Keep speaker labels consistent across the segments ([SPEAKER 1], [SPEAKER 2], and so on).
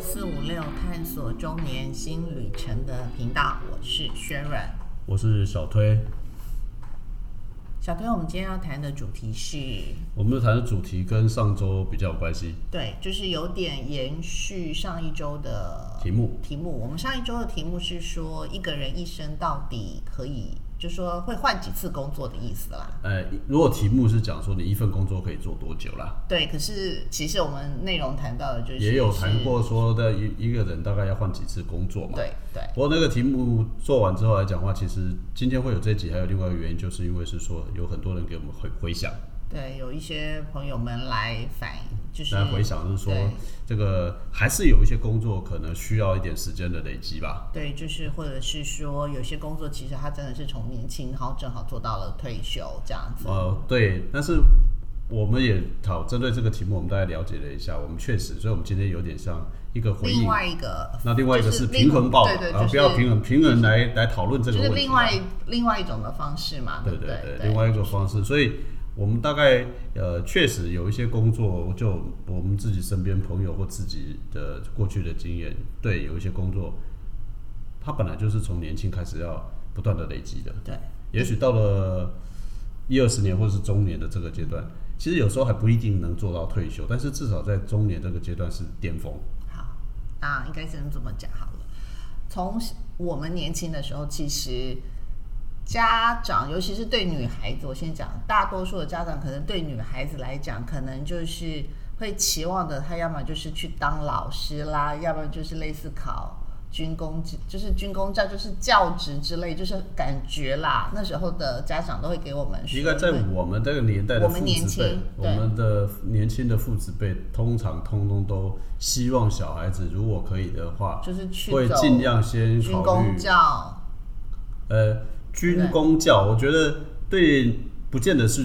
[SPEAKER 1] 四五六探索中年新旅程的频道，我是轩软。
[SPEAKER 2] 我是小推。
[SPEAKER 1] 小朋友，我们今天要谈的主题是，
[SPEAKER 2] 我们谈的主题跟上周比较有关系，
[SPEAKER 1] 对，就是有点延续上一周的
[SPEAKER 2] 题目
[SPEAKER 1] 题目。我们上一周的题目是说，一个人一生到底可以，就说会换几次工作的意思啦。
[SPEAKER 2] 呃，如果题目是讲说你一份工作可以做多久啦，
[SPEAKER 1] 对，可是其实我们内容谈到的就是
[SPEAKER 2] 也有谈，过说的一一个人大概要换几次工作嘛。
[SPEAKER 1] 对对，
[SPEAKER 2] 不过那个题目做完之后来讲的话，其实今天会有这集，还有另外一个原因，就是因为是说有很多人给我们回回想，
[SPEAKER 1] 对，有一些朋友们来反，就是
[SPEAKER 2] 来回想是说
[SPEAKER 1] 对
[SPEAKER 2] 这个还是有一些工作可能需要一点时间的累积吧。
[SPEAKER 1] 对，就是或者是说，有些工作其实他真的是从年轻，然后正好做到了退休这样子。
[SPEAKER 2] 呃，对，但是我们也讨针对这个题目，我们大概了解了一下，我们确实，所以我们今天有点像一个回
[SPEAKER 1] 另
[SPEAKER 2] 应。
[SPEAKER 1] 外一个，
[SPEAKER 2] 那另外一个是
[SPEAKER 1] 就是
[SPEAKER 2] 平衡报道，
[SPEAKER 1] 另对对
[SPEAKER 2] 啊，
[SPEAKER 1] 就是
[SPEAKER 2] 不要平衡，平衡来来讨论这
[SPEAKER 1] 就
[SPEAKER 2] 个问
[SPEAKER 1] 是
[SPEAKER 2] 题。啊
[SPEAKER 1] 另外另外一种的方式嘛，
[SPEAKER 2] 对
[SPEAKER 1] 不
[SPEAKER 2] 对
[SPEAKER 1] 对？
[SPEAKER 2] 另外一个方式，所以我们大概呃，确实有一些工作，就我们自己身边朋友或自己的过去的经验，对，有一些工作，它本来就是从年轻开始要不断的累积的。
[SPEAKER 1] 对
[SPEAKER 2] 也许到了一二十年或是中年的这个阶段，其实有时候还不一定能做到退休，但是至少在中年这个阶段是巅峰。
[SPEAKER 1] 好，那应该是这么讲好了。从我们年轻的时候，其实家长，尤其是对女孩子，我先讲，大多数的家长可能对女孩子来讲，可能就是会期望的，她要么就是去当老师啦，要么就是类似考。军工就是军工教，就是教职之类，就是感觉啦。那时候的家长都会给我们说，
[SPEAKER 2] 应该在我们这个年代的
[SPEAKER 1] 我们
[SPEAKER 2] 父
[SPEAKER 1] 年
[SPEAKER 2] 子
[SPEAKER 1] 轻
[SPEAKER 2] 辈，我
[SPEAKER 1] 对
[SPEAKER 2] 们的年轻的父子辈，通常通通都希望小孩子如果可以的话，
[SPEAKER 1] 就是去
[SPEAKER 2] 啊会
[SPEAKER 1] 走
[SPEAKER 2] 尽量先
[SPEAKER 1] 军
[SPEAKER 2] 考虑
[SPEAKER 1] 工教，
[SPEAKER 2] 呃军工教。我觉得对，不见得是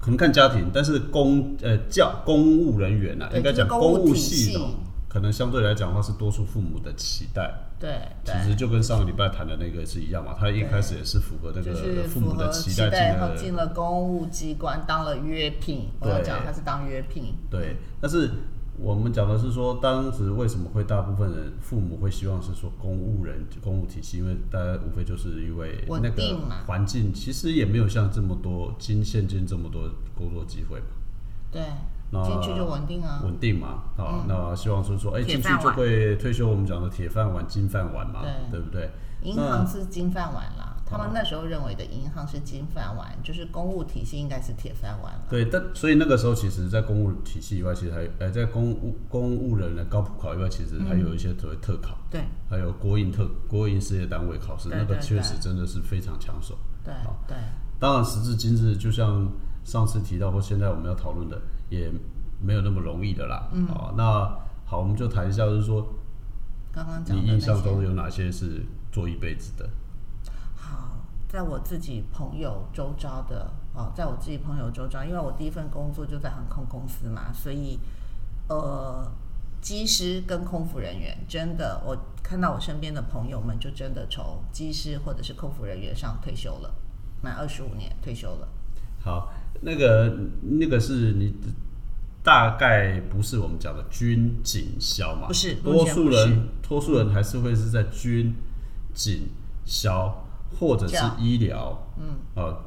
[SPEAKER 2] 可能看家庭，但是公呃教公务人员啊，
[SPEAKER 1] 对
[SPEAKER 2] 应该讲
[SPEAKER 1] 就是
[SPEAKER 2] 公
[SPEAKER 1] 公务
[SPEAKER 2] 务
[SPEAKER 1] 体
[SPEAKER 2] 系
[SPEAKER 1] 系
[SPEAKER 2] 统，可能相对来讲的话是多数父母的期待。
[SPEAKER 1] 对
[SPEAKER 2] 其
[SPEAKER 1] 对。
[SPEAKER 2] 实就跟上个礼拜谈的那个是一样嘛，他一开始也是符合那
[SPEAKER 1] 就是
[SPEAKER 2] 个
[SPEAKER 1] 符
[SPEAKER 2] 父母
[SPEAKER 1] 合
[SPEAKER 2] 的期待
[SPEAKER 1] 待，
[SPEAKER 2] 进
[SPEAKER 1] 然
[SPEAKER 2] 了
[SPEAKER 1] 后进了公务机关，当了约聘。我要
[SPEAKER 2] 对
[SPEAKER 1] 讲他是当约聘，
[SPEAKER 2] 对，但是我们讲的是说，当时为什么会大部分人父母会希望是说公务人公务体系，因为大家无非就是因为
[SPEAKER 1] 稳
[SPEAKER 2] 那
[SPEAKER 1] 定
[SPEAKER 2] 个
[SPEAKER 1] 嘛
[SPEAKER 2] 环境其实也没有像这么多今现今这么多工作机会嘛，
[SPEAKER 1] 对，
[SPEAKER 2] 那
[SPEAKER 1] 进去就稳定啊。
[SPEAKER 2] 稳定嘛啊，那希望是说，哎，
[SPEAKER 1] 铁
[SPEAKER 2] 进去
[SPEAKER 1] 饭
[SPEAKER 2] 就
[SPEAKER 1] 碗
[SPEAKER 2] 会退休，我们讲的铁饭碗、金饭碗嘛，
[SPEAKER 1] 对
[SPEAKER 2] 对不对？
[SPEAKER 1] 银行是金饭碗啦，他们那时候认为的银行是金饭碗，就是公务体系应该是铁饭碗了。
[SPEAKER 2] 对，但所以那个时候，其实，在公务体系以外，其实还呃，在公务公务人的高普考以外，其实还有一些所谓特考。
[SPEAKER 1] 对
[SPEAKER 2] 还有国营特国营事业单位考试，
[SPEAKER 1] 对
[SPEAKER 2] 那个
[SPEAKER 1] 对
[SPEAKER 2] 确
[SPEAKER 1] 对
[SPEAKER 2] 实真的是非常抢手。
[SPEAKER 1] 对
[SPEAKER 2] 好
[SPEAKER 1] 对，
[SPEAKER 2] 当然，时至今日，就像上次提到或现在我们要讨论的，也没有那么容易的啦。嗯、哦，那好，我们就谈一下，就是说
[SPEAKER 1] 刚刚讲
[SPEAKER 2] 你
[SPEAKER 1] 的
[SPEAKER 2] 印
[SPEAKER 1] 那些
[SPEAKER 2] 象。中有哪些是做一辈子的？
[SPEAKER 1] 好，在我自己朋友周遭的哦，在我自己朋友周遭，因为我第一份工作就在航空公司嘛，所以呃，机师跟空服人员真的，我看到我身边的朋友们就真的从机师或者是空服人员上退休了，满二十五年退休了。
[SPEAKER 2] 好，那个那个是你大概不是我们讲的军警消嘛？
[SPEAKER 1] 不是目
[SPEAKER 2] 多
[SPEAKER 1] 前
[SPEAKER 2] 数
[SPEAKER 1] 不是
[SPEAKER 2] 人多数人还是会是在军警消或者是
[SPEAKER 1] 教
[SPEAKER 2] 医疗，嗯，呃，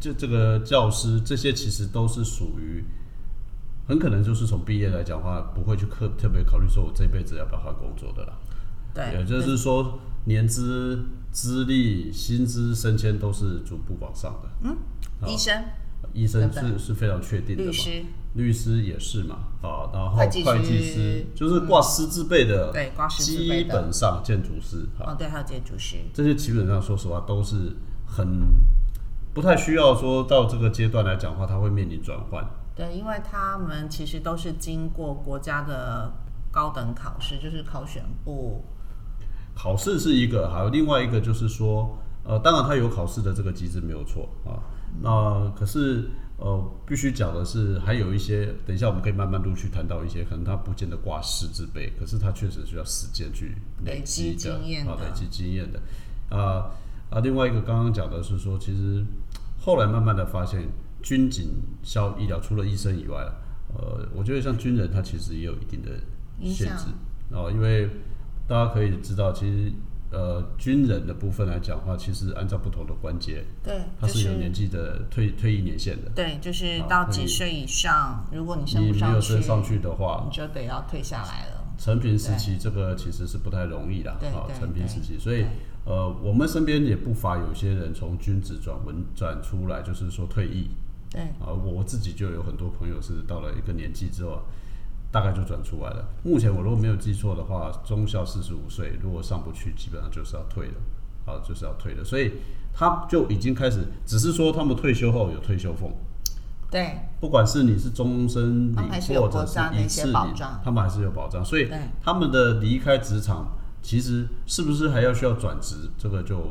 [SPEAKER 2] 这这个教师这些其实都是属于。很可能就是从毕业来讲的话，不会去特特别考虑说我这辈子要不要换工作的啦。
[SPEAKER 1] 对，
[SPEAKER 2] 也就是说年资、资历、薪资、升迁都是逐步往上的。好
[SPEAKER 1] 医生、
[SPEAKER 2] 医生
[SPEAKER 1] 对
[SPEAKER 2] 是是非常确定的
[SPEAKER 1] 律
[SPEAKER 2] 嘛，
[SPEAKER 1] 师，
[SPEAKER 2] 律师也是嘛，啊，然后
[SPEAKER 1] 会计师嗯
[SPEAKER 2] 会计师就是挂师字辈的，
[SPEAKER 1] 对挂师字辈
[SPEAKER 2] 基
[SPEAKER 1] 的
[SPEAKER 2] 本上建筑师啊，
[SPEAKER 1] 哦，对，还有建筑师。
[SPEAKER 2] 这些基本上说实话都是很不太需要说到这个阶段来讲的话，它会面临转换，
[SPEAKER 1] 对，因为他们其实都是经过国家的高等考试，就是考选部
[SPEAKER 2] 考试是一个，还有另外一个就是说，呃，当然它有考试的这个机制没有错啊。那可是呃，必须讲的是，还有一些，等一下我们可以慢慢陆续谈到一些，可能它不见得挂师字辈，可是它确实需要时间去累
[SPEAKER 1] 累
[SPEAKER 2] 积的
[SPEAKER 1] 积经验的
[SPEAKER 2] 啊，累积经验的。啊啊，另外一个刚刚讲的是说，其实后来慢慢的发现，军警、消医疗除了医生以外，呃，我觉得像军人他其实也有一定的
[SPEAKER 1] 影
[SPEAKER 2] 限
[SPEAKER 1] 响
[SPEAKER 2] 制，哦，因为大家可以知道，其实呃军人的部分来讲的话，其实按照不同的关节，
[SPEAKER 1] 对，
[SPEAKER 2] 它
[SPEAKER 1] 就是
[SPEAKER 2] 有
[SPEAKER 1] 是
[SPEAKER 2] 年纪的退退役年限的。
[SPEAKER 1] 对，就是
[SPEAKER 2] 好
[SPEAKER 1] 到
[SPEAKER 2] 可
[SPEAKER 1] 几
[SPEAKER 2] 以
[SPEAKER 1] 岁以上，如果你升
[SPEAKER 2] 你
[SPEAKER 1] 不
[SPEAKER 2] 没
[SPEAKER 1] 上
[SPEAKER 2] 有
[SPEAKER 1] 去，
[SPEAKER 2] 升上去的话
[SPEAKER 1] 你，就得要退下来了。
[SPEAKER 2] 成平时期这个其实是不太容易的
[SPEAKER 1] 对
[SPEAKER 2] 啊
[SPEAKER 1] 对，
[SPEAKER 2] 成平时期，
[SPEAKER 1] 对
[SPEAKER 2] 所以
[SPEAKER 1] 对
[SPEAKER 2] 呃，我们身边也不乏有些人从军职转文转出来，就是说退役
[SPEAKER 1] 对，
[SPEAKER 2] 啊，我我自己就有很多朋友是到了一个年纪之后啊，大概就转出来了。目前我如果没有记错的话，中校四十五岁，如果上不去，基本上就是要退了啊，就是要退了，所以他就已经开始，只是说他们退休后有退休俸。
[SPEAKER 1] 对，
[SPEAKER 2] 不管是你是终身领
[SPEAKER 1] 他们还是有
[SPEAKER 2] 或者
[SPEAKER 1] 国
[SPEAKER 2] 是
[SPEAKER 1] 家的一
[SPEAKER 2] 一
[SPEAKER 1] 些
[SPEAKER 2] 次
[SPEAKER 1] 保
[SPEAKER 2] 领
[SPEAKER 1] 障，
[SPEAKER 2] 他们还是有保障，所以
[SPEAKER 1] 对
[SPEAKER 2] 他们的离开职场，其实是不是还要需要转职，这个就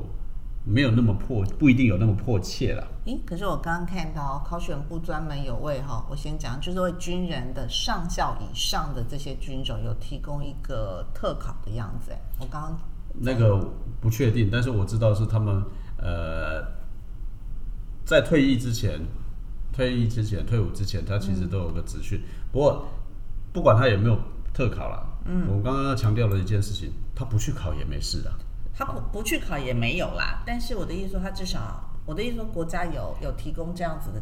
[SPEAKER 2] 没有那么迫，不一定有那么迫切了。
[SPEAKER 1] 诶，可是我刚刚看到考选部专门有为哈，我先讲，就是为军人的上校以上的这些军种有提供一个特考的样子。诶我刚刚
[SPEAKER 2] 那个不确定，但是我知道是他们呃，在退役之前，退役之前、退伍之前，他其实都有个职训。不过不管他有没有特考啦，嗯，我刚刚要强调的一件事情，他不去考也没事的。
[SPEAKER 1] 他不不去考也没有啦，但是我的意思说，他至少我的意思说，国家有有提供这样子的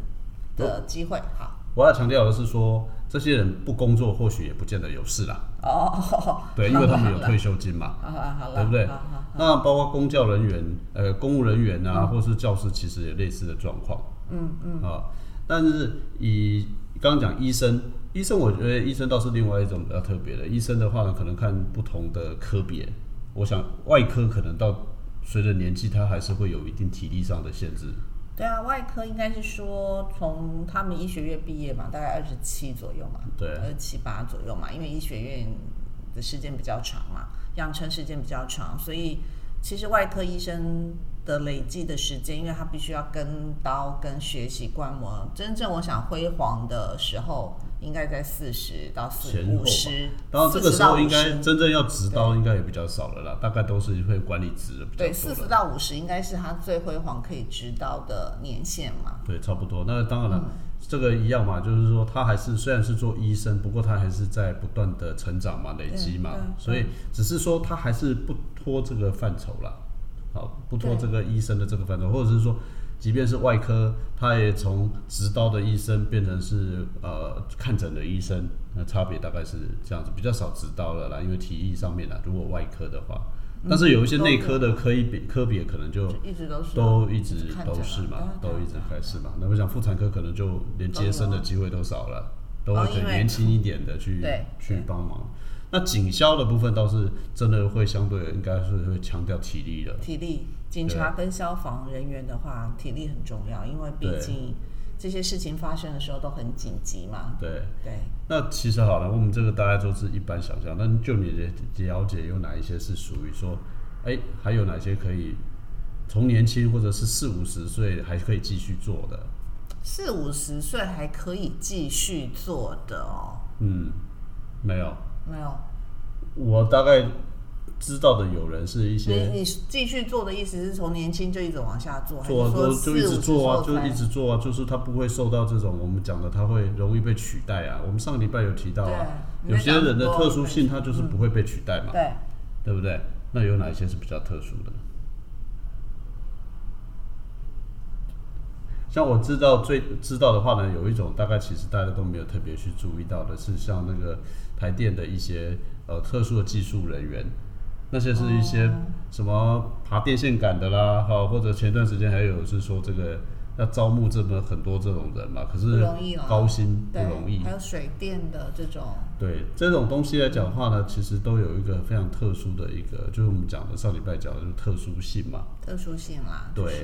[SPEAKER 1] 的机会。好，
[SPEAKER 2] 我要强调的是说，这些人不工作，或许也不见得有事啦。
[SPEAKER 1] 哦，
[SPEAKER 2] 对，因为他们有退休金嘛，
[SPEAKER 1] 好了，好了，
[SPEAKER 2] 对不对
[SPEAKER 1] 好好？
[SPEAKER 2] 那包括公教人员、呃，公务人员啊，或是教师，其实也类似的状况。
[SPEAKER 1] 嗯嗯，
[SPEAKER 2] 啊。但是以刚刚讲医生，医生我觉得医生倒是另外一种比较特别的。医生的话呢，可能看不同的科别，我想外科可能到随着年纪，他还是会有一定体力上的限制。
[SPEAKER 1] 对啊，外科应该是说从他们医学院毕业嘛，大概二十七左右嘛，
[SPEAKER 2] 对
[SPEAKER 1] 二七八左右嘛，因为医学院的时间比较长嘛，养成时间比较长，所以其实外科医生的累积的时间，因为他必须要跟刀、跟学习观摩，真正我想辉煌的时候，应该在四十到四
[SPEAKER 2] 前后吧
[SPEAKER 1] 五十，
[SPEAKER 2] 当然，这个
[SPEAKER 1] 40
[SPEAKER 2] 时
[SPEAKER 1] 到
[SPEAKER 2] 候应该
[SPEAKER 1] 50
[SPEAKER 2] 真正要执刀应该也比较少了啦，大概都是会管理职的比较
[SPEAKER 1] 对四十
[SPEAKER 2] 多了。
[SPEAKER 1] 到五十应该是他最辉煌可以执刀的年限嘛。
[SPEAKER 2] 对，差不多。那当然
[SPEAKER 1] 嗯
[SPEAKER 2] 了，这个一样嘛，就是说他还是虽然是做医生，不过他还是在不断的成长嘛、累积嘛
[SPEAKER 1] 对对，
[SPEAKER 2] 所以只是说他还是不脱这个范畴啦，好，不脱
[SPEAKER 1] 对
[SPEAKER 2] 这个医生的这个范畴，或者是说。即便是外科，他也从执刀的医生变成是呃看诊的医生，那差别大概是这样子，比较少执刀了啦，因为体力上面啦，如果外科的话，但是有一些
[SPEAKER 1] 都
[SPEAKER 2] 内
[SPEAKER 1] 有
[SPEAKER 2] 科的科一比科别可能就
[SPEAKER 1] 就一直都是
[SPEAKER 2] 都一直
[SPEAKER 1] 看着
[SPEAKER 2] 都是嘛，
[SPEAKER 1] 对
[SPEAKER 2] 都
[SPEAKER 1] 啊
[SPEAKER 2] 一直还是嘛。那我想妇产科可能就连接生的机会都少了，
[SPEAKER 1] 都
[SPEAKER 2] 都
[SPEAKER 1] 有
[SPEAKER 2] 会
[SPEAKER 1] 哦
[SPEAKER 2] 可
[SPEAKER 1] 因
[SPEAKER 2] 能
[SPEAKER 1] 为
[SPEAKER 2] 年轻一点的去
[SPEAKER 1] 对
[SPEAKER 2] 去帮忙。那警消的部分倒是真的会相对应该是会强调体力的，
[SPEAKER 1] 体力，警察跟消防人员的话，体力很重要，因为毕
[SPEAKER 2] 对
[SPEAKER 1] 竟这些事情发生的时候都很紧急嘛。
[SPEAKER 2] 对。
[SPEAKER 1] 对，
[SPEAKER 2] 那其实好了，我们这个大概都是一般想象。那就你的了解，有哪一些是属于说，哎、还有哪些可以从年轻或者是四五十岁还可以继续做的？
[SPEAKER 1] 四五十岁还可以继续做的哦，
[SPEAKER 2] 嗯，没有，
[SPEAKER 1] 没有？
[SPEAKER 2] 我大概知道的有人是一些
[SPEAKER 1] 你你继续做的意思是从年轻就一直往下做，
[SPEAKER 2] 做啊
[SPEAKER 1] 还
[SPEAKER 2] 做
[SPEAKER 1] 是
[SPEAKER 2] 就
[SPEAKER 1] 说
[SPEAKER 2] 一直做啊，
[SPEAKER 1] 四
[SPEAKER 2] 就
[SPEAKER 1] 五十岁才
[SPEAKER 2] 一直做啊，就是他不会受到这种我们讲的他会容易被取代啊。我们上个礼拜有提到啊，
[SPEAKER 1] 对
[SPEAKER 2] 有些人的特殊性
[SPEAKER 1] 你在
[SPEAKER 2] 他
[SPEAKER 1] 讲
[SPEAKER 2] 就是不会被取代嘛，
[SPEAKER 1] 对。
[SPEAKER 2] 对不对？那有哪一些是比较特殊的？像我知道最知道的话呢，有一种大概其实大家都没有特别去注意到的是，像那个台电的一些呃特殊的技术人员，那些是一些
[SPEAKER 1] 哦
[SPEAKER 2] 什么爬电线杆的啦，哈，或者前段时间还有是说这个要招募这么很多这种人嘛，可
[SPEAKER 1] 不
[SPEAKER 2] 是
[SPEAKER 1] 容易啦哦
[SPEAKER 2] 高薪不
[SPEAKER 1] 对，
[SPEAKER 2] 容易
[SPEAKER 1] 还，有水电的这种，
[SPEAKER 2] 对这种东西来讲的话呢，其实都有一个非常特殊的一个，就是我们讲的上礼拜讲的就是特殊性嘛。
[SPEAKER 1] 特殊性啦，
[SPEAKER 2] 对
[SPEAKER 1] 就是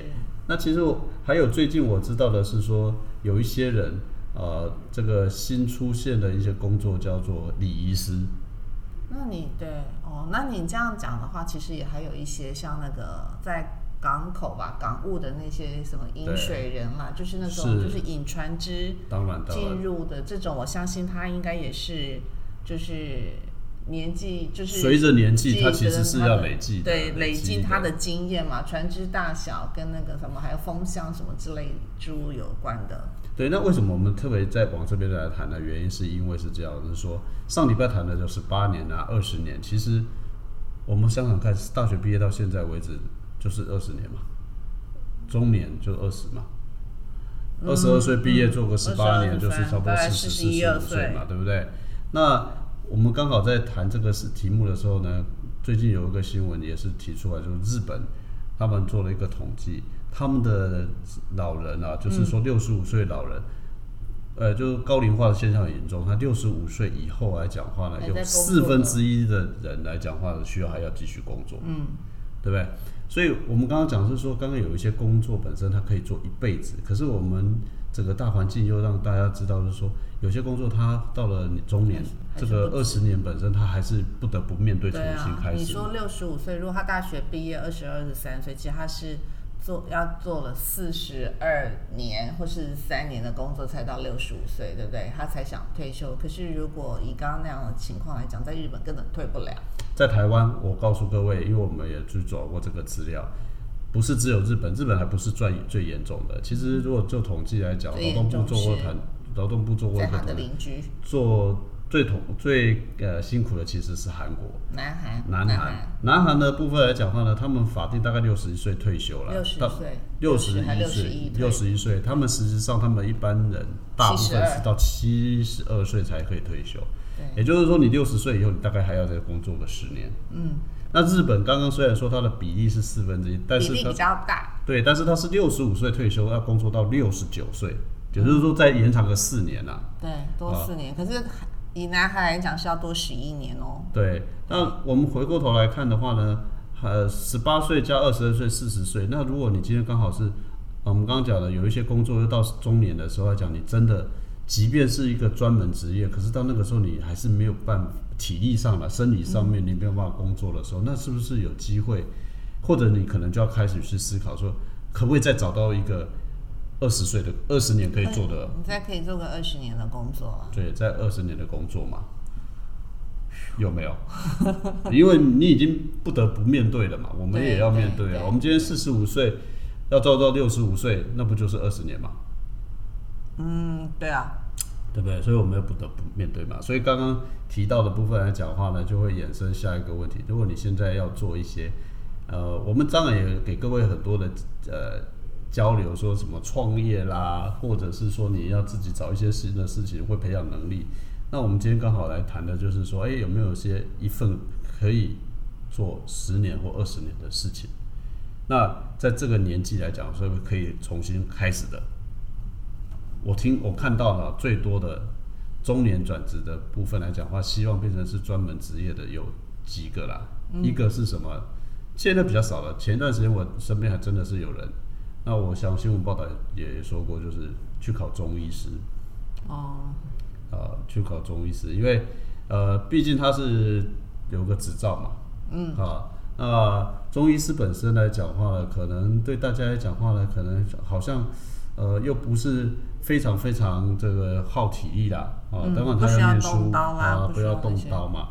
[SPEAKER 2] 那其实我还有最近我知道的是说，有一些人呃，这个新出现的一些工作叫做礼仪师，
[SPEAKER 1] 那你对哦，那你这样讲的话，其实也还有一些像那个在港口吧，港务的那些什么饮
[SPEAKER 2] 对
[SPEAKER 1] 水人嘛，就是那种
[SPEAKER 2] 是
[SPEAKER 1] 就是引船只
[SPEAKER 2] 当然当
[SPEAKER 1] 进
[SPEAKER 2] 然，
[SPEAKER 1] 入的这种，我相信他应该也是就是年纪就是
[SPEAKER 2] 随着年纪，
[SPEAKER 1] 记
[SPEAKER 2] 他其实
[SPEAKER 1] 跟
[SPEAKER 2] 是
[SPEAKER 1] 他的
[SPEAKER 2] 要累积的，
[SPEAKER 1] 对累积
[SPEAKER 2] 积
[SPEAKER 1] 他的经验嘛，船只大小跟那个什么还有风向什么之类诸有关的，
[SPEAKER 2] 对，那为什么我们特别再往这边来谈呢？原因是因为是这样，就是说上礼拜谈的就是八年啊、二十年，其实我们想想看，大学毕业到现在为止就是二十年嘛，中年就二十嘛，二十嗯二岁毕业做个十八年，
[SPEAKER 1] 22
[SPEAKER 2] 就是差不多
[SPEAKER 1] 大概
[SPEAKER 2] 四十四
[SPEAKER 1] 41
[SPEAKER 2] 十五岁嘛，对不对？那我们刚好在谈这个是题目的时候呢，最近有一个新闻也是提出来，就是日本他们做了一个统计，他们的老人啊，
[SPEAKER 1] 嗯
[SPEAKER 2] 就是说六十五岁老人，呃，就是高龄化的现象很严重。他六十五岁以后来讲话呢
[SPEAKER 1] 还，在
[SPEAKER 2] 有
[SPEAKER 1] 工作
[SPEAKER 2] 四分之一的人来讲话需要还要继续工作，嗯，对不对？所以我们刚刚讲是说，刚刚有一些工作本身它可以做一辈子，可是我们整个大环境又让大家知道，就是说有些工作它到了你中年，
[SPEAKER 1] 还
[SPEAKER 2] 这
[SPEAKER 1] 是
[SPEAKER 2] 个
[SPEAKER 1] 不
[SPEAKER 2] 二十年本身它还是不得不面对重新
[SPEAKER 1] 啊，
[SPEAKER 2] 开
[SPEAKER 1] 你
[SPEAKER 2] 始嘛。
[SPEAKER 1] 说六十五岁，如果他大学毕业二十二、十三岁，其实他是做要做了四十二年或是三年的工作，才到六十五岁，对不对？他才想退休。可是如果以刚刚那样的情况来讲，在日本根本退不了。
[SPEAKER 2] 在台湾，我告诉各位，因为我们也去找过这个资料，不是只有日本，日本还不是最最严重的。其实如果就统计来讲，
[SPEAKER 1] 最
[SPEAKER 2] 劳
[SPEAKER 1] 严
[SPEAKER 2] 动部
[SPEAKER 1] 重
[SPEAKER 2] 做过
[SPEAKER 1] 是
[SPEAKER 2] 谈，劳动部做过一
[SPEAKER 1] 在
[SPEAKER 2] 个
[SPEAKER 1] 他的
[SPEAKER 2] 统
[SPEAKER 1] 邻居
[SPEAKER 2] 做最统最呃辛苦的其实是韩国。
[SPEAKER 1] 南韩，
[SPEAKER 2] 南韩，南韩的部分来讲话呢，他们法定大概六十岁退休了，
[SPEAKER 1] 六十
[SPEAKER 2] 到
[SPEAKER 1] 岁，
[SPEAKER 2] 六十
[SPEAKER 1] 还
[SPEAKER 2] 一
[SPEAKER 1] 六十
[SPEAKER 2] 岁
[SPEAKER 1] 一，，
[SPEAKER 2] 六十一岁，他们实际上他们一般人大部分
[SPEAKER 1] 72
[SPEAKER 2] 是到七十二岁才可以退休，
[SPEAKER 1] 对，
[SPEAKER 2] 也就是说你六十岁以后，你大概还要再工作个十年。
[SPEAKER 1] 嗯，
[SPEAKER 2] 那日本刚刚虽然说它的比例是四分之一，但
[SPEAKER 1] 比
[SPEAKER 2] 是
[SPEAKER 1] 例
[SPEAKER 2] 它
[SPEAKER 1] 比较大，
[SPEAKER 2] 对，但是它是六十五岁退休，要工作到六十九岁，也就是说再延长个四年呐、
[SPEAKER 1] 对，多
[SPEAKER 2] 啊
[SPEAKER 1] 四年。可是以南韩来讲是要多十一年哦。
[SPEAKER 2] 对，那我们回过头来看的话呢，呃，十八岁加二十二岁，四十岁。那如果你今天刚好是，呃我们刚刚讲的，有一些工作又到中年的时候来讲，你真的，即便是一个专门职业，可是到那个时候你还是没有办法，体力上了、生理上面你没有办法工作的时候，那是不是有机会，或者你可能就要开始去思考说，可不可以再找到一个二十岁的二十年可以做的，
[SPEAKER 1] 你再可以做个二十年的工作啊。
[SPEAKER 2] 对，在二十年的工作嘛，有没有？ 因为你已经不得不面对了嘛，我们
[SPEAKER 1] 对
[SPEAKER 2] 也要面对
[SPEAKER 1] 对
[SPEAKER 2] 啊。
[SPEAKER 1] 对
[SPEAKER 2] 我们今天四十五岁，要照到六十五岁，那不就是二十年嘛，
[SPEAKER 1] 嗯，对啊，
[SPEAKER 2] 对不对？所以我们要不得不面对嘛。所以刚刚提到的部分来讲的话呢，就会衍生下一个问题：如果你现在要做一些，呃，我们当然也给各位很多的呃交流，说什么创业啦，或者是说你要自己找一些新的事情，会培养能力。那我们今天刚好来谈的就是说，哎，有没有一些一份可以做十年或二十年的事情？那在这个年纪来讲，是不是可以重新开始的？我听我看到了最多的中年转职的部分来讲的话，希望变成是专门职业的有几个啦，一个是什么？现在比较少了。前一段时间我身边还真的是有人，那我想新闻报道也说过，就是去考中医师。
[SPEAKER 1] 哦，
[SPEAKER 2] 呃去考中医师，因为呃毕竟他是有个执照嘛，嗯啊，那中医师本身来讲话呢，可能对大家来讲话呢，可能好像呃又不是非常非常这个耗体力啦啊，
[SPEAKER 1] 嗯
[SPEAKER 2] 当然
[SPEAKER 1] 不
[SPEAKER 2] 他
[SPEAKER 1] 需要
[SPEAKER 2] 念
[SPEAKER 1] 动
[SPEAKER 2] 书
[SPEAKER 1] 刀啊
[SPEAKER 2] 啊，
[SPEAKER 1] 不
[SPEAKER 2] 不
[SPEAKER 1] 需
[SPEAKER 2] 要
[SPEAKER 1] 要那
[SPEAKER 2] 动
[SPEAKER 1] 些
[SPEAKER 2] 刀嘛，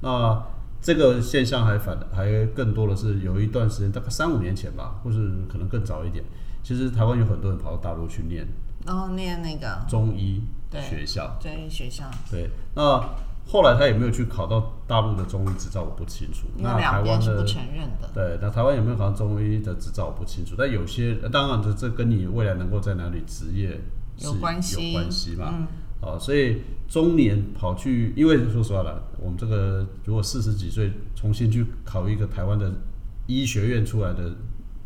[SPEAKER 2] 那。这个现象还反还更多的是有一段时间，大概三五年前吧，或是可能更早一点。其实台湾有很多人跑到大陆去念
[SPEAKER 1] 然后念那个
[SPEAKER 2] 中医
[SPEAKER 1] 对
[SPEAKER 2] 学校，
[SPEAKER 1] 专业学校，
[SPEAKER 2] 对，那后来他有没有去考到大陆的中医执照，我不清楚。
[SPEAKER 1] 因为
[SPEAKER 2] 那台
[SPEAKER 1] 两边
[SPEAKER 2] 湾
[SPEAKER 1] 是不
[SPEAKER 2] 的
[SPEAKER 1] 承认的。
[SPEAKER 2] 对，那台湾有没有考到中医的执照，我不清楚。但有些呃当然这这跟你未来能够在哪里职业是
[SPEAKER 1] 有关系
[SPEAKER 2] 有关系嘛。
[SPEAKER 1] 嗯，
[SPEAKER 2] 啊，所以中年跑去，因为说实话了，我们这个如果四十几岁重新去考一个台湾的医学院出来的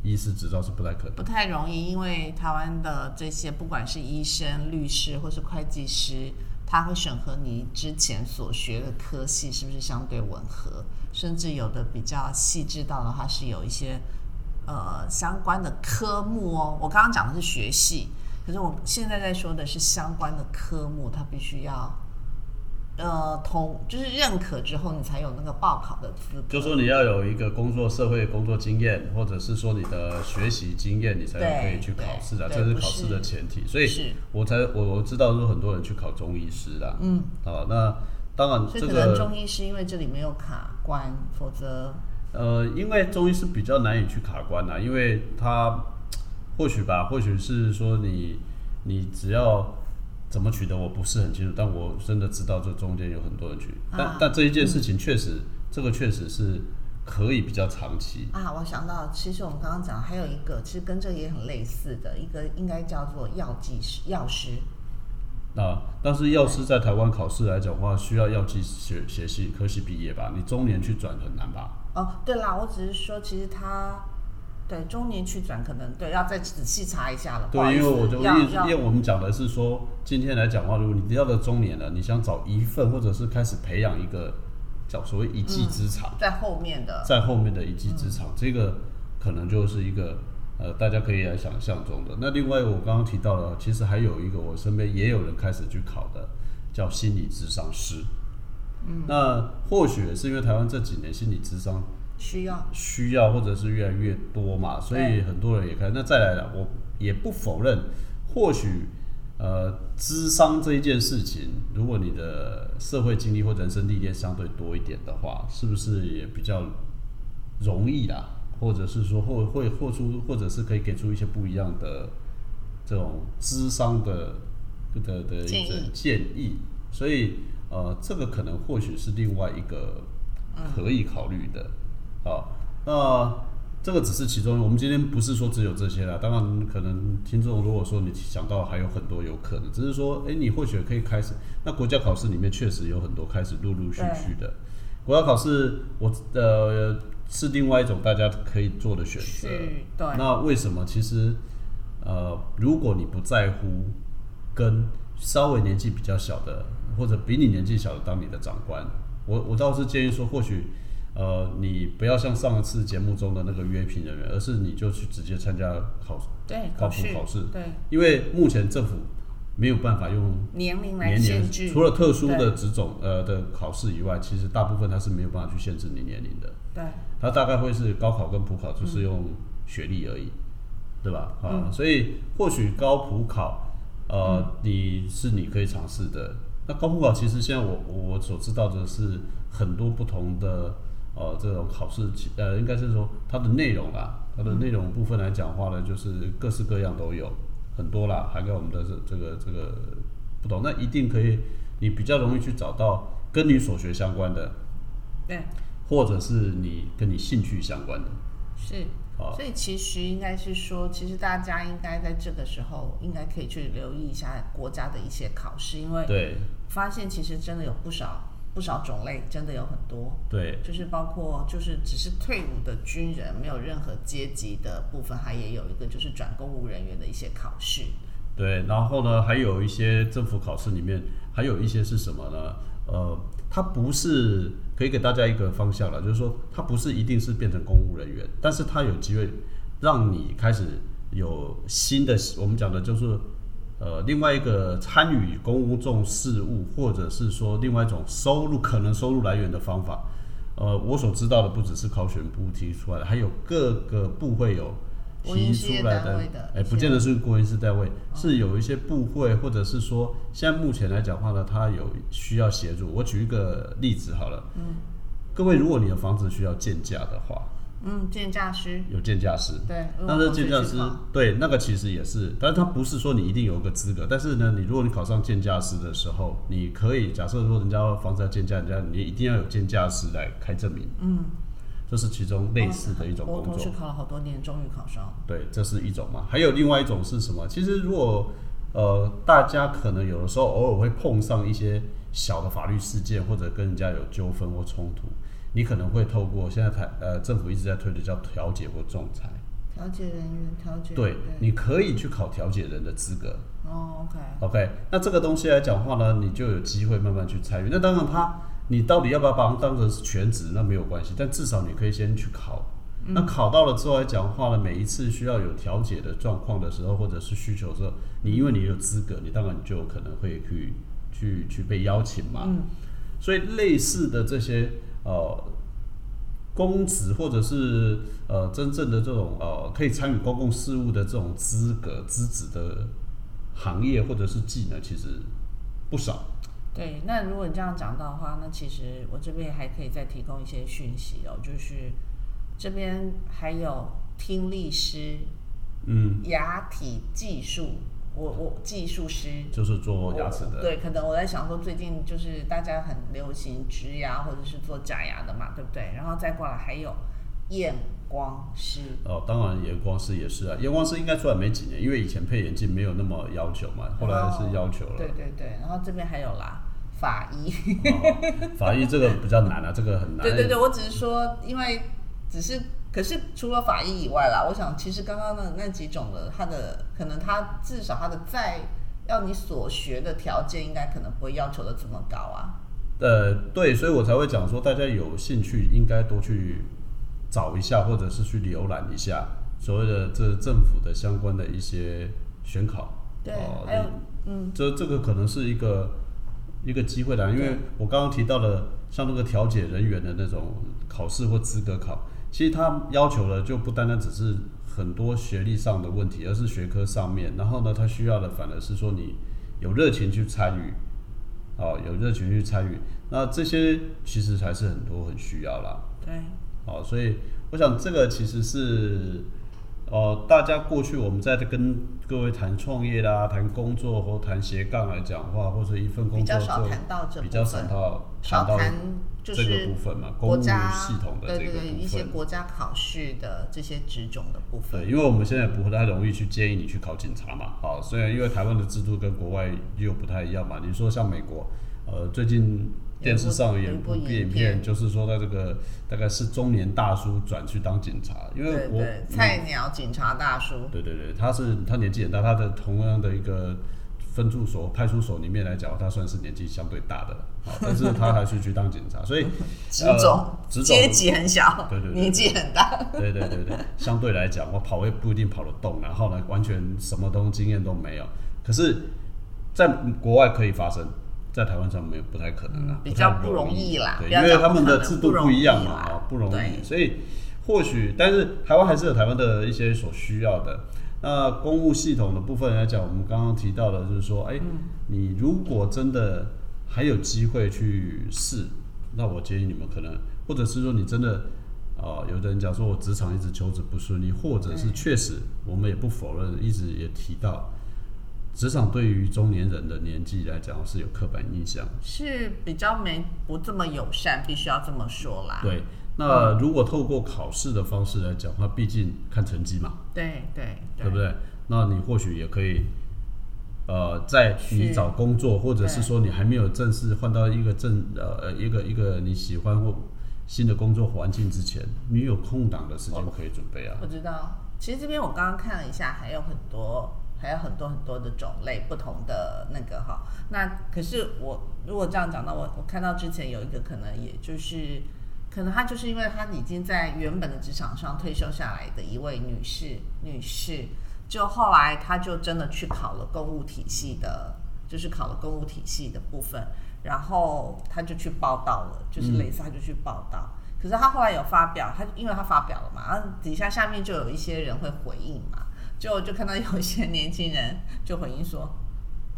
[SPEAKER 2] 医师执照是不太可能。
[SPEAKER 1] 不太容易，因为台湾的这些不管是医生、律师或是会计师，他会审核你之前所学的科系是不是相对吻合，甚至有的比较细致到的话是有一些呃相关的科目哦。我刚刚讲的是学系，可是我现在在说的是相关的科目，它必须要。呃，同就是认可之后，你才有那个报考的资格。
[SPEAKER 2] 就说你要有一个工作社会工作经验，或者是说你的学习经验，你才可以去考试的，
[SPEAKER 1] 对
[SPEAKER 2] 这
[SPEAKER 1] 对
[SPEAKER 2] 是
[SPEAKER 1] 不
[SPEAKER 2] 考试的
[SPEAKER 1] 是
[SPEAKER 2] 前提。所以
[SPEAKER 1] 是
[SPEAKER 2] 我才我我知道说很多人去考中医师啦，
[SPEAKER 1] 嗯，
[SPEAKER 2] 啊，那当然
[SPEAKER 1] 所以
[SPEAKER 2] 这
[SPEAKER 1] 可能
[SPEAKER 2] 个
[SPEAKER 1] 中医是因为这里没有卡关，否则
[SPEAKER 2] 呃，因为中医师比较难以去卡关啦，因为他或许吧，或许是说你你只要怎么取得我不是很清楚，但我真的知道这中间有很多人去，但、
[SPEAKER 1] 啊
[SPEAKER 2] 但这一件事情确实，这个确实是可以比较长期。
[SPEAKER 1] 啊，我想到，其实我们刚刚讲还有一个，其实跟这个也很类似的一个，应该叫做药剂师、药师。
[SPEAKER 2] 那但是药师在台湾考试来讲的话，需要药剂学学系科系毕业吧？你中年去转很难吧？
[SPEAKER 1] 哦，对啦，我只是说，其实他对中年去转，可能对要再仔细查一下了。不好
[SPEAKER 2] 对，
[SPEAKER 1] 意
[SPEAKER 2] 因
[SPEAKER 1] 思
[SPEAKER 2] 为我就因
[SPEAKER 1] 要
[SPEAKER 2] 为
[SPEAKER 1] 要
[SPEAKER 2] 因为我们讲的是说，今天来讲的话，如果你要到中年了，你想找一份或者是开始培养一个叫所谓一技之长，
[SPEAKER 1] 在后面的
[SPEAKER 2] 在后面的一技之长，这个可能就是一个呃，大家可以来想象中的。那另外，我刚刚提到了，其实还有一个我身边也有人开始去考的，叫心理智商师。嗯，那或许也是因为台湾这几年心理智商
[SPEAKER 1] 需要
[SPEAKER 2] 需要或者是越来越多嘛，所以
[SPEAKER 1] 对
[SPEAKER 2] 很多人也看。那再来了，我也不否认，或许呃，智商这一件事情，如果你的社会经历或人生历练相对多一点的话，是不是也比较容易啦？或者是说或会或出，或者是可以给出一些不一样的这种智商的的的一
[SPEAKER 1] 建议
[SPEAKER 2] 种建议，所以呃，这个可能或许是另外一个可以考虑的。好，那这个只是其中，我们今天不是说只有这些啦。当然，可能听众如果说你想到还有很多有可能，只是说，哎、你或许可以开始。那国家考试里面确实有很多开始陆陆续续的。国家考试，我呃是另外一种大家可以做的选择。
[SPEAKER 1] 去对
[SPEAKER 2] 那为什么？其实，呃，如果你不在乎跟稍微年纪比较小的，或者比你年纪小的当你的长官，我我倒是建议说，或许，呃，你不要像上一次节目中的那个约聘人员，而是你就去直接参加考，
[SPEAKER 1] 对
[SPEAKER 2] 高普
[SPEAKER 1] 试
[SPEAKER 2] 考试
[SPEAKER 1] 对
[SPEAKER 2] 因为目前政府没有办法用
[SPEAKER 1] 年龄来
[SPEAKER 2] 年
[SPEAKER 1] 限
[SPEAKER 2] 龄
[SPEAKER 1] 制，，
[SPEAKER 2] 除了特殊的
[SPEAKER 1] 对
[SPEAKER 2] 职种呃的考试以外，其实大部分它是没有办法去限制你年龄的。
[SPEAKER 1] 对
[SPEAKER 2] 它大概会是高考跟普考，就是用学历而已，对吧？啊，所以或许高普考，呃，你是你可以尝试的。那高普考其实现在我我所知道的是很多不同的呃这种考试其，呃，应该是说它的内容啦，它的内容部分来讲的话呢，就是各式各样都有很多啦，涵盖我们的这这个这个不同，那一定可以，你比较容易去找到跟你所学相关的，
[SPEAKER 1] 对
[SPEAKER 2] 或者是你跟你兴趣相关的。
[SPEAKER 1] 是。
[SPEAKER 2] 啊，
[SPEAKER 1] 所以其实应该是说，其实大家应该在这个时候应该可以去留意一下国家的一些考试，因为
[SPEAKER 2] 对
[SPEAKER 1] 发现其实真的有不少不少种类，真的有很多。
[SPEAKER 2] 对
[SPEAKER 1] 就是包括就是只是退伍的军人，没有任何阶级的部分，它也有一个就是转公务人员的一些考试。
[SPEAKER 2] 对，然后呢，还有一些政府考试里面，还有一些是什么呢？呃，它不是可以给大家一个方向了，就是说它不是一定是变成公务人员，但是它有机会让你开始有新的，我们讲的就是。呃，另外一个参与公众事务，或者是说另外一种收入可能收入来源的方法，呃，我所知道的不只是考选部提出来的，还有各个部会有
[SPEAKER 1] 国营
[SPEAKER 2] 提
[SPEAKER 1] 事业
[SPEAKER 2] 出来
[SPEAKER 1] 单
[SPEAKER 2] 的
[SPEAKER 1] 位的，嗯
[SPEAKER 2] 哎，
[SPEAKER 1] 一
[SPEAKER 2] 不
[SPEAKER 1] 些
[SPEAKER 2] 见得是国营事单位，是有一些部会，或者是说，现在目前来讲话呢，它有需要协助。我举一个例子好了，嗯，各位，如果你的房子需要建价的话，
[SPEAKER 1] 嗯，建驾师，
[SPEAKER 2] 有建价师，
[SPEAKER 1] 对，
[SPEAKER 2] 那
[SPEAKER 1] 如
[SPEAKER 2] 这
[SPEAKER 1] 果
[SPEAKER 2] 建价
[SPEAKER 1] 是
[SPEAKER 2] 师
[SPEAKER 1] 去考
[SPEAKER 2] 对那个其实也是，但是它不是说你一定有个资格，但是呢，你如果你考上建价师的时候，你可以假设说人家房子要建价，人家你一定要有建价师来开证明，嗯，这是其中类似的一种
[SPEAKER 1] 哦我
[SPEAKER 2] 工
[SPEAKER 1] 同
[SPEAKER 2] 作。
[SPEAKER 1] 事考了好多年，终于考上了。
[SPEAKER 2] 对，这是一种嘛。还有另外一种是什么？其实如果呃，大家可能有的时候偶尔会碰上一些小的法律事件，或者跟人家有纠纷或冲突，你可能会透过现在台呃政府一直在推的叫调解或仲裁，
[SPEAKER 1] 调解人员，调解
[SPEAKER 2] 对，你可以去考调解人的资格。
[SPEAKER 1] 哦，OK，
[SPEAKER 2] OK，那这个东西来讲话呢，你就有机会慢慢去参与。那当然他你到底要不要把它当成是全职，那没有关系，但至少你可以先去考。那考到了之后来讲话呢，每一次需要有调解的状况的时候，或者是需求的时候，你因为你有资格，你当然就有可能会去去去被邀请嘛。
[SPEAKER 1] 嗯，
[SPEAKER 2] 所以类似的这些呃公职或者是呃真正的这种呃可以参与公共事务的这种资格资质的行业或者是技能，其实不少。
[SPEAKER 1] 对。那如果你这样讲到的话，那其实我这边还可以再提供一些讯息哦，就是这边还有听力师、
[SPEAKER 2] 嗯，
[SPEAKER 1] 牙体技术我我技术师，
[SPEAKER 2] 就是做哦牙齿的，
[SPEAKER 1] 哦对，可能我在想说，最近就是大家很流行植牙或者是做假牙的嘛，对不对？然后再过来还有验光师，
[SPEAKER 2] 哦，当然验光师也是啊，验光师应该出来没几年，因为以前配眼镜没有那么要求嘛，后来是要求了。
[SPEAKER 1] 对对对，然后这边还有啦，法医，
[SPEAKER 2] 哦法医这个比较难啊，这个很难。
[SPEAKER 1] 对对对，我只是说，因为只是，可是除了法医以外啦，我想其实刚刚的那几种的，它的可能它至少它的在要你所学的条件，应该可能不会要求的这么高啊。
[SPEAKER 2] 呃，对，所以我才会讲说，大家有兴趣应该多去找一下，或者是去浏览一下所谓的这政府的相关的一些选考。
[SPEAKER 1] 对，
[SPEAKER 2] 哦
[SPEAKER 1] 还有嗯，
[SPEAKER 2] 这这个可能是一个一个机会啦，因为我刚刚提到的，像那个调解人员的那种考试或资格考，其实它要求的就不单单只是很多学历上的问题，而是学科上面。然后呢，它需要的反而是说你有热情去参与，哦，有热情去参与。那这些其实还是很多很需要啦。
[SPEAKER 1] 对，
[SPEAKER 2] 好，所以我想这个其实是，呃，大家过去我们在跟各位谈创业啦、谈工作或谈斜杠来讲话，或者一份工
[SPEAKER 1] 比
[SPEAKER 2] 作
[SPEAKER 1] 较
[SPEAKER 2] 做
[SPEAKER 1] 少谈到这
[SPEAKER 2] 比
[SPEAKER 1] 部
[SPEAKER 2] 较少
[SPEAKER 1] 分
[SPEAKER 2] 到
[SPEAKER 1] 少
[SPEAKER 2] 到
[SPEAKER 1] 谈就
[SPEAKER 2] 这个
[SPEAKER 1] 是
[SPEAKER 2] 部分嘛，公
[SPEAKER 1] 国
[SPEAKER 2] 务
[SPEAKER 1] 家
[SPEAKER 2] 系统的
[SPEAKER 1] 对
[SPEAKER 2] 这
[SPEAKER 1] 对
[SPEAKER 2] 个
[SPEAKER 1] 对一
[SPEAKER 2] 部
[SPEAKER 1] 些
[SPEAKER 2] 分。
[SPEAKER 1] 国家考试的这些职种的部分
[SPEAKER 2] 对，。因为我们现在不太容易去建议你去考警察嘛，好，虽然因为台湾的制度跟国外又不太一样嘛，你说像美国，呃，最近电视上
[SPEAKER 1] 有
[SPEAKER 2] 有
[SPEAKER 1] 一
[SPEAKER 2] 一
[SPEAKER 1] 部
[SPEAKER 2] 部
[SPEAKER 1] 有一部
[SPEAKER 2] 影
[SPEAKER 1] 影
[SPEAKER 2] 片，
[SPEAKER 1] 片
[SPEAKER 2] 就是说他这个大概是中年大叔转去当警察，因为
[SPEAKER 1] 对
[SPEAKER 2] 我嗯呃
[SPEAKER 1] 对，菜鸟警察大叔，
[SPEAKER 2] 对对对，他是他年纪很大，他的同样的一个分驻所、派出所里面来讲，他算是年纪相对大的了，好，但是他还是去当警察，所以
[SPEAKER 1] 职
[SPEAKER 2] 呃
[SPEAKER 1] 种
[SPEAKER 2] 职种
[SPEAKER 1] 阶级很小，
[SPEAKER 2] 对对对
[SPEAKER 1] 年纪很大，
[SPEAKER 2] 对对对对，相对来讲，我跑也不一定跑得动，然后呢，完全什么东西经验都没有。可是，在国外可以发生，在台湾上没有不太可能啊，
[SPEAKER 1] 嗯比
[SPEAKER 2] 不太
[SPEAKER 1] 较不容易啦
[SPEAKER 2] 对，
[SPEAKER 1] 不要
[SPEAKER 2] 因为
[SPEAKER 1] 讲
[SPEAKER 2] 他们
[SPEAKER 1] 不可
[SPEAKER 2] 的
[SPEAKER 1] 能
[SPEAKER 2] 制
[SPEAKER 1] 不
[SPEAKER 2] 度
[SPEAKER 1] 容
[SPEAKER 2] 不一样
[SPEAKER 1] 易
[SPEAKER 2] 嘛，
[SPEAKER 1] 啦
[SPEAKER 2] 啊，不容易，
[SPEAKER 1] 对
[SPEAKER 2] 所以或许，但是台湾还是有台湾的一些所需要的。那公务系统的部分来讲，我们刚刚提到的就是说，哎、你如果真的还有机会去试，那我建议你们可能，或者是说你真的，啊、有的人讲说我职场一直求职不顺利，或者是确实我们也不否认，一直也提到，职场对于中年人的年纪来讲是有刻板印象。
[SPEAKER 1] 是比较没不这么友善，必须要这么说啦。
[SPEAKER 2] 对，
[SPEAKER 1] 嗯
[SPEAKER 2] 那如果透过考试的方式来讲，它毕竟看成绩嘛，
[SPEAKER 1] 对对
[SPEAKER 2] 对不对？那你或许也可以，呃，在你
[SPEAKER 1] 是
[SPEAKER 2] 找工作，或者是
[SPEAKER 1] 对
[SPEAKER 2] 说你还没有正式换到一个正呃一个一个你喜欢或新的工作环境之前，你有空档的时
[SPEAKER 1] 哦
[SPEAKER 2] 间可以准备啊。
[SPEAKER 1] 我知道。其实这边我刚刚看了一下，还有很多，还有很多很多的种类，不同的那个哈。那可是我如果这样讲到我，我看到之前有一个可能，也就是可能她就是因为她已经在原本的职场上退休下来的一位女士，女士，就后来她就真的去考了公务体系的，就是考了公务体系的部分，然后她就去报道了，就是类似她就去报道。可是他后来有发表，他因为他发表了嘛，然后底下下面就有一些人会回应嘛，就就看到有一些年轻人就回应说，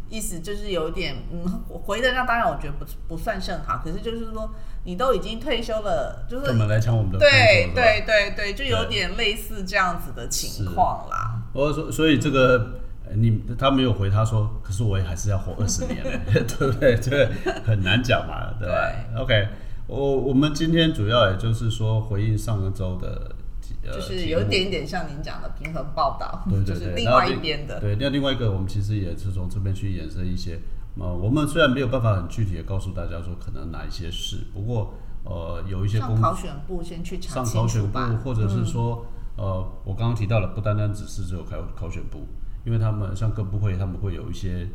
[SPEAKER 1] 意思就是有点嗯，我回的那当然我觉得不不算甚好，可是就是说你都已经退休了，就是
[SPEAKER 2] 干嘛来抢我们的工作？
[SPEAKER 1] 对
[SPEAKER 2] 是吧
[SPEAKER 1] 对对对，就有点类似这样子的情况啦。
[SPEAKER 2] 我说，所以这个呃你他没有回，他说，可是我也还是 要活二十年嘞， 对不对？这个很难讲嘛，对吧 OK，我我们今天主要也就是说回应上个周的题，呃、
[SPEAKER 1] 就是
[SPEAKER 2] 题
[SPEAKER 1] 有一
[SPEAKER 2] 目
[SPEAKER 1] 点点像您讲的平衡报道，
[SPEAKER 2] 对
[SPEAKER 1] 就
[SPEAKER 2] 对
[SPEAKER 1] 是
[SPEAKER 2] 对，
[SPEAKER 1] 另
[SPEAKER 2] 然后
[SPEAKER 1] 外一边的，
[SPEAKER 2] 对，那另外一个我们其实也是从这边去衍生一些，呃，我们虽然没有办法很具体的告诉大家说可能哪一些事，不过呃有一些工
[SPEAKER 1] 上考选部先去查
[SPEAKER 2] 上
[SPEAKER 1] 清
[SPEAKER 2] 考选
[SPEAKER 1] 楚
[SPEAKER 2] 部
[SPEAKER 1] 吧，，
[SPEAKER 2] 或者是说，呃，我刚刚提到了，不单单只是只有考考选部，因为他们像各部会，他们会有一些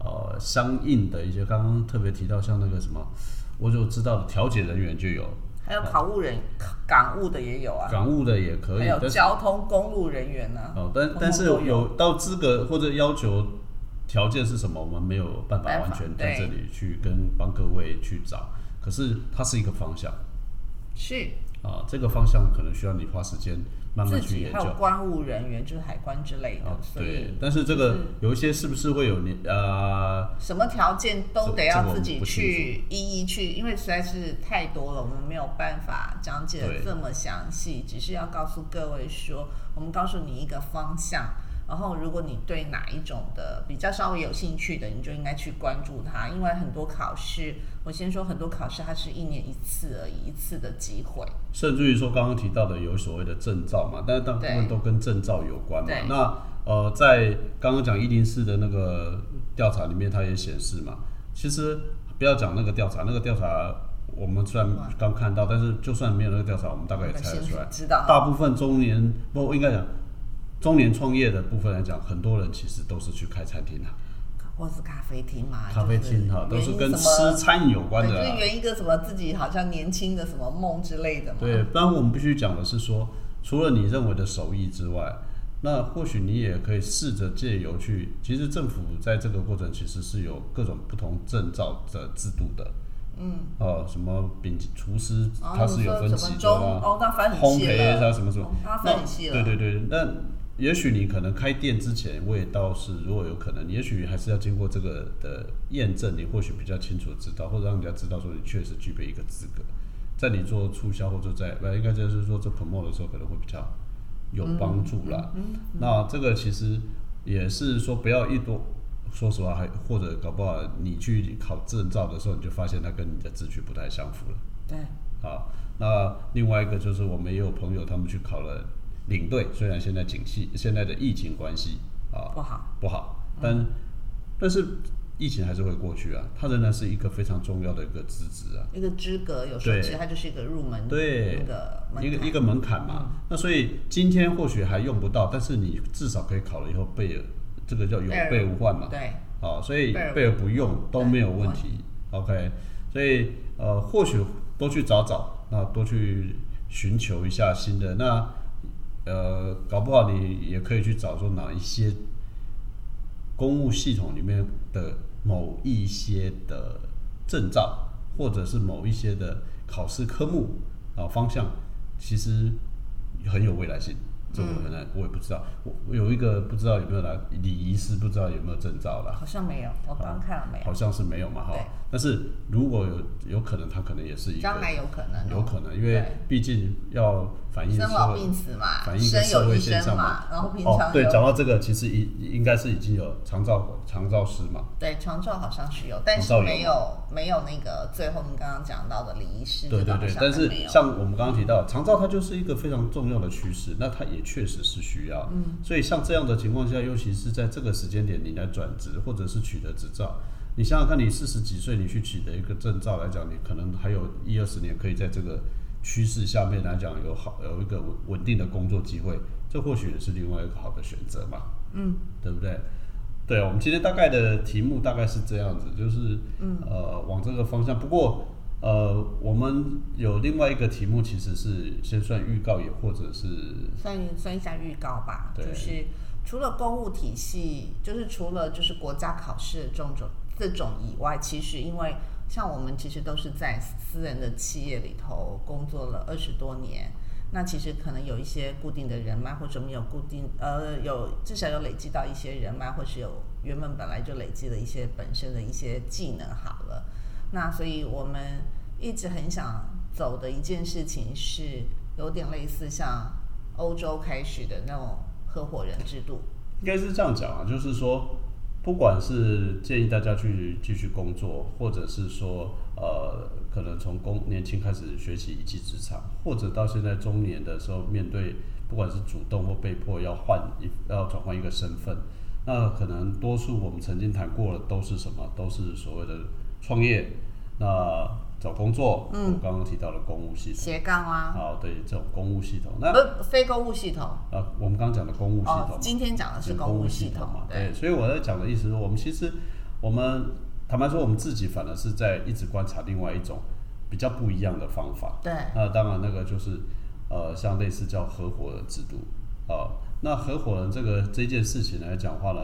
[SPEAKER 2] 呃相应的一些，刚刚特别提到像那个什么，我就知道的调解人员就有，
[SPEAKER 1] 还有考务人、港务的也有啊。
[SPEAKER 2] 港务的也可
[SPEAKER 1] 还
[SPEAKER 2] 以，
[SPEAKER 1] 有
[SPEAKER 2] 但是
[SPEAKER 1] 交通公路人员呢、啊
[SPEAKER 2] 哦，但
[SPEAKER 1] 通通
[SPEAKER 2] 但是
[SPEAKER 1] 都
[SPEAKER 2] 有到资格或者要求条件是什么，我们没有办法
[SPEAKER 1] 办法
[SPEAKER 2] 完全在这
[SPEAKER 1] 对
[SPEAKER 2] 里去跟帮各位去找，可是它是一个方向
[SPEAKER 1] 是
[SPEAKER 2] 啊，这个方向可能需要你花时间慢
[SPEAKER 1] 自
[SPEAKER 2] 慢去
[SPEAKER 1] 己
[SPEAKER 2] 研
[SPEAKER 1] 还
[SPEAKER 2] 究
[SPEAKER 1] 有。关务人员，就是海关之类的，
[SPEAKER 2] 啊，
[SPEAKER 1] 所
[SPEAKER 2] 对
[SPEAKER 1] 以，
[SPEAKER 2] 但是这个有一些是不是会有年呃，
[SPEAKER 1] 什么条件都
[SPEAKER 2] 这
[SPEAKER 1] 得
[SPEAKER 2] 这个
[SPEAKER 1] 要
[SPEAKER 2] 我
[SPEAKER 1] 自
[SPEAKER 2] 们
[SPEAKER 1] 己
[SPEAKER 2] 不清
[SPEAKER 1] 去一一去，因为实在是太多了，我们没有办法讲解的
[SPEAKER 2] 对
[SPEAKER 1] 这么详细，只是要告诉各位说，我们告诉你一个方向。然后，如果你对哪一种的比较稍微有兴趣的，你就应该去关注它，因为很多考试，我先说很多考试它是一年一次而已，一次的机会。
[SPEAKER 2] 甚至于说刚刚提到的有所谓的证照嘛，但是大部分
[SPEAKER 1] 对
[SPEAKER 2] 都跟证照有关嘛
[SPEAKER 1] 对。
[SPEAKER 2] 那呃，在刚刚讲一零四的那个调查里面，它也显示嘛，其实不要讲那个调查，那个调查我们虽然
[SPEAKER 1] 哇
[SPEAKER 2] 刚看到，但是就算没有那个调查，我们大概也猜得出来
[SPEAKER 1] 先，知道。
[SPEAKER 2] 大部分中年不应该讲中年创业的部分来讲，很多人其实都是去开餐厅啊，
[SPEAKER 1] 或是咖啡厅嘛，
[SPEAKER 2] 咖啡厅哈，都
[SPEAKER 1] 啊就是是
[SPEAKER 2] 跟
[SPEAKER 1] 圆一什
[SPEAKER 2] 吃
[SPEAKER 1] 么
[SPEAKER 2] 餐饮有关的、
[SPEAKER 1] 对，就
[SPEAKER 2] 啊
[SPEAKER 1] 是。圆一个什么自己好像年轻的什么梦之类的嘛。
[SPEAKER 2] 对，当然我们必须讲的是说，除了你认为的手艺之外，那或许你也可以试着借由去，其实政府在这个过程其实是有各种不同证照的制度的。嗯，哦，什么丙级厨师，
[SPEAKER 1] 哦
[SPEAKER 2] 它是有分
[SPEAKER 1] 你说什
[SPEAKER 2] 级
[SPEAKER 1] 么
[SPEAKER 2] 的
[SPEAKER 1] 中
[SPEAKER 2] 啦、
[SPEAKER 1] 哦那分很
[SPEAKER 2] 烘
[SPEAKER 1] 细
[SPEAKER 2] 焙
[SPEAKER 1] 了
[SPEAKER 2] 啊，什么什么
[SPEAKER 1] 哦，它分
[SPEAKER 2] 那
[SPEAKER 1] 很细了
[SPEAKER 2] 对对对，那也许你可能开店之前，我也倒是如果有可能，也许还是要经过这个的验证，你或许比较清楚知道，或者让人家知道说你确实具备一个资格，在你做促销或者在呃，应该就是说做 promo 的时候可能会比较有帮助啦。那这个其实也是说不要一多。说实话，还或者搞不好你去考证照的时候，你就发现它跟你的志趣不太相符了。
[SPEAKER 1] 对，
[SPEAKER 2] 好，那另外一个就是我们也有朋友他们去考了领队，虽然现在景气现在的疫情关系啊
[SPEAKER 1] 不好。
[SPEAKER 2] 不好，但、
[SPEAKER 1] 嗯
[SPEAKER 2] 但是疫情还是会过去啊，它仍然是一个非常重要的一个资质啊，
[SPEAKER 1] 一个资格，有时候
[SPEAKER 2] 对
[SPEAKER 1] 其实它就是一个入门
[SPEAKER 2] 对
[SPEAKER 1] 那个门
[SPEAKER 2] 一个
[SPEAKER 1] 槛嗯
[SPEAKER 2] 一个门槛嘛。那所以今天或许还用不到，但是你至少可以考了以后备而这个叫有备无患嘛。
[SPEAKER 1] 对，
[SPEAKER 2] 啊，所以
[SPEAKER 1] 备而
[SPEAKER 2] 备而不用都没有问题。OK，所以呃，或许多去找找，那多去寻求一下新的。那呃，搞不好你也可以去找说哪一些公务系统里面的某一些的证照，或者是某一些的考试科目啊方向，其实很有未来性。这我很难，我也不知道。我我有一个不知道有没有来礼仪师，不知道有没有证照啦。
[SPEAKER 1] 好像没有，我刚看了没有，
[SPEAKER 2] 好像是没有嘛哈
[SPEAKER 1] 对。
[SPEAKER 2] 但是如果有有可能，它可能也是一个
[SPEAKER 1] 将来有可能哦，
[SPEAKER 2] 有可能，因为
[SPEAKER 1] 对
[SPEAKER 2] 毕竟要反映
[SPEAKER 1] 生
[SPEAKER 2] 社
[SPEAKER 1] 老
[SPEAKER 2] 会
[SPEAKER 1] 病死嘛，
[SPEAKER 2] 反映一个
[SPEAKER 1] 生
[SPEAKER 2] 社
[SPEAKER 1] 有
[SPEAKER 2] 会
[SPEAKER 1] 医
[SPEAKER 2] 现
[SPEAKER 1] 生
[SPEAKER 2] 象
[SPEAKER 1] 嘛，然后平
[SPEAKER 2] 哦，
[SPEAKER 1] 常
[SPEAKER 2] 对，
[SPEAKER 1] 有
[SPEAKER 2] 讲到这个，其实已应该是已经有长照长照师嘛，
[SPEAKER 1] 对长照好像是有，但是
[SPEAKER 2] 长照有
[SPEAKER 1] 没有没有那个最后你刚刚讲到的礼仪师
[SPEAKER 2] 对
[SPEAKER 1] 这个
[SPEAKER 2] 对
[SPEAKER 1] 好
[SPEAKER 2] 对
[SPEAKER 1] 像，还
[SPEAKER 2] 但是
[SPEAKER 1] 没有
[SPEAKER 2] 像我们刚刚提到，长照它就是一个非常重要的趋势，那它也确实是需要。嗯，所以像这样的情况下，尤其是在这个时间点，你来转职或者是取得执照，你想想看，你四十几岁你去取得一个证照来讲，你可能还有一二十年可以在这个趋势下面来讲有好有一个稳稳定的工作机会，这或许也是另外一个好的选择嘛。嗯，对不对？对，啊我们今天大概的题目大概是这样子，就是、呃往这个方向。不过呃，我们有另外一个题目，其实是先算预告，也或者是
[SPEAKER 1] 算算一下预告吧，
[SPEAKER 2] 对
[SPEAKER 1] 就是除了公务体系，就是除了就是国家考试的这种这种以外，其实因为像我们其实都是在私人的企业里头工作了二十多年。那其实可能有一些固定的人脉，或者我们有固定呃有至少有累积到一些人脉，或是有原本本来就累积了一些本身的一些技能好了。那所以我们一直很想走的一件事情是有点类似像欧洲开始的那种合伙人制度，
[SPEAKER 2] 应该是这样讲啊，就是说，不管是建议大家去继续工作，或者是说呃，可能从工年轻开始学习一技之长，或者到现在中年的时候，面对不管是主动或被迫要换一要转换一个身份，那可能多数我们曾经谈过的都是什么？都是所谓的创业，那找工作，嗯，我刚刚提到的公务系统，
[SPEAKER 1] 斜杠啊，
[SPEAKER 2] 好，对这种公务系统，那
[SPEAKER 1] 不非公务系统
[SPEAKER 2] 啊，我们刚刚讲的公务系统嘛
[SPEAKER 1] 哦，，今天讲的是
[SPEAKER 2] 是
[SPEAKER 1] 公
[SPEAKER 2] 公务
[SPEAKER 1] 系
[SPEAKER 2] 统嘛，
[SPEAKER 1] 对，
[SPEAKER 2] 所以我在讲的意思是我们其实我们坦白说，我们自己反而是在一直观察另外一种比较不一样的方法。
[SPEAKER 1] 对，
[SPEAKER 2] 那当然那个就是呃，像类似叫合伙人制度啊、那合伙人这个这件事情来讲话呢，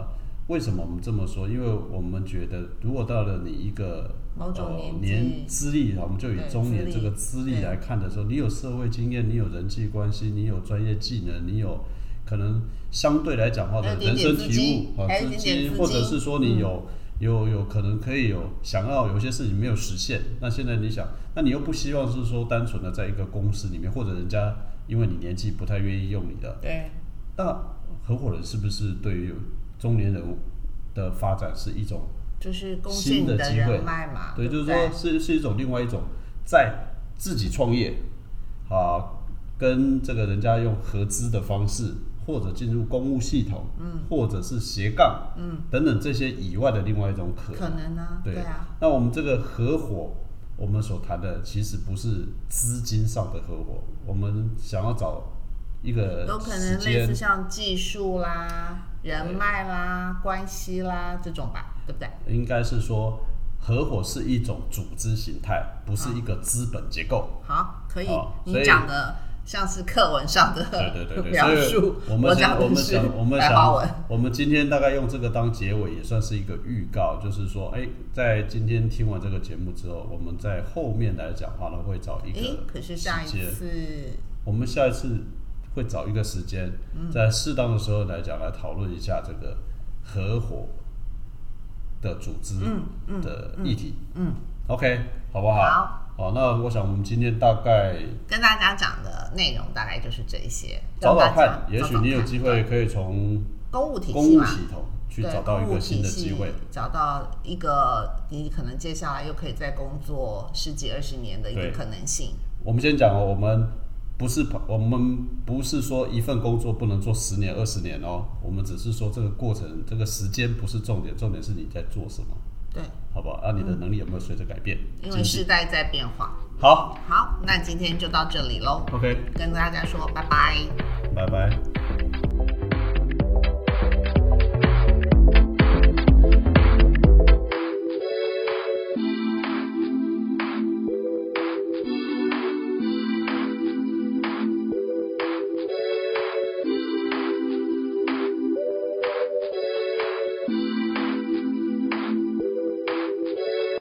[SPEAKER 2] 为什么我们这么说？因为我们觉得，如果到了你一个
[SPEAKER 1] 某种
[SPEAKER 2] 呃
[SPEAKER 1] 年纪
[SPEAKER 2] 年资历，啊我们就以
[SPEAKER 1] 对
[SPEAKER 2] 中年
[SPEAKER 1] 资历
[SPEAKER 2] 这个资历
[SPEAKER 1] 对
[SPEAKER 2] 来看的时候，你有社会经验，你有人际关系，你有专业技能，你有可能相对来讲话
[SPEAKER 1] 还
[SPEAKER 2] 的
[SPEAKER 1] 有一点
[SPEAKER 2] 人
[SPEAKER 1] 点
[SPEAKER 2] 生
[SPEAKER 1] 资
[SPEAKER 2] 体
[SPEAKER 1] 金
[SPEAKER 2] 悟啊，
[SPEAKER 1] 还有一
[SPEAKER 2] 资
[SPEAKER 1] 点点
[SPEAKER 2] 金，
[SPEAKER 1] 资
[SPEAKER 2] 或者
[SPEAKER 1] 金嗯
[SPEAKER 2] 是说你有有有可能可以有想要有一些事情没有实现，那现在你想，那你又不希望是说单纯的在一个公司里面，或者人家因为你年纪不太愿意用你的，
[SPEAKER 1] 对，
[SPEAKER 2] 那合伙人是不是对于中年人的发展是一种
[SPEAKER 1] 就是贡献
[SPEAKER 2] 新
[SPEAKER 1] 你
[SPEAKER 2] 的机会
[SPEAKER 1] 人脉嘛，
[SPEAKER 2] 对，
[SPEAKER 1] 不
[SPEAKER 2] 就是说是是一种另外一种在自己创业啊，跟这个人家用合资的方式，或者进入公务系统，嗯，或者是斜杠，嗯，等等这些以外的另外一种可能。
[SPEAKER 1] 可能啊，
[SPEAKER 2] 对
[SPEAKER 1] 对啊，
[SPEAKER 2] 那我们这个合伙，我们所谈的其实不是资金上的合伙，我们想要找一个
[SPEAKER 1] 有可
[SPEAKER 2] 呃时
[SPEAKER 1] 能类
[SPEAKER 2] 间
[SPEAKER 1] 似像技术啦、人脉啦、关系啦这种吧，对不对？
[SPEAKER 2] 应该是说，合伙是一种组织形态，不是一个资本结构。
[SPEAKER 1] 好，可以
[SPEAKER 2] 好，所以
[SPEAKER 1] 你讲的像是课文上的
[SPEAKER 2] 对对对对，
[SPEAKER 1] 描
[SPEAKER 2] 所以
[SPEAKER 1] 述，
[SPEAKER 2] 我们
[SPEAKER 1] 讲
[SPEAKER 2] 想，我
[SPEAKER 1] 的
[SPEAKER 2] 们
[SPEAKER 1] 是
[SPEAKER 2] 想，我们
[SPEAKER 1] 白话文
[SPEAKER 2] 想，，我们今天大概用这个当结尾，也算是一个预告，就是说，哎，在今天听完这个节目之后，我们在后面来讲话呢，会找一个时
[SPEAKER 1] 诶
[SPEAKER 2] 间。，
[SPEAKER 1] 可是下一次
[SPEAKER 2] 我们下一次会找一个时间，
[SPEAKER 1] 嗯
[SPEAKER 2] 在适当的时候来讲，来讨论一下这个合伙的组织的议题。
[SPEAKER 1] 嗯
[SPEAKER 2] OK，好不好？
[SPEAKER 1] 好。
[SPEAKER 2] 那我想我们今天大概
[SPEAKER 1] 跟大家讲的内容大概就是这一些，
[SPEAKER 2] 找
[SPEAKER 1] 让
[SPEAKER 2] 找
[SPEAKER 1] 大家
[SPEAKER 2] 看，也许你有机
[SPEAKER 1] 找找
[SPEAKER 2] 会可以从
[SPEAKER 1] 看公务体
[SPEAKER 2] 公
[SPEAKER 1] 系
[SPEAKER 2] 务
[SPEAKER 1] 嘛，
[SPEAKER 2] 系统去
[SPEAKER 1] 对
[SPEAKER 2] 找到一个新的机，
[SPEAKER 1] 公务
[SPEAKER 2] 会
[SPEAKER 1] 体系。找到一个你可能接下来又可以再工作十几二十年的一
[SPEAKER 2] 对
[SPEAKER 1] 个可能性。
[SPEAKER 2] 我们先讲哦，我们不是我们不是说一份工作不能做十年二十年哦，我们只是说这个过程这个时间不是重点，重点是你在做什么。
[SPEAKER 1] 对，
[SPEAKER 2] 好不好？啊，你的能力有没有随着改变？
[SPEAKER 1] 因
[SPEAKER 2] 经
[SPEAKER 1] 为
[SPEAKER 2] 济
[SPEAKER 1] 时代在变化。
[SPEAKER 2] 好
[SPEAKER 1] 好，那今天就到这里喽，
[SPEAKER 2] ，OK，
[SPEAKER 1] 跟大家说拜拜。
[SPEAKER 2] 拜拜。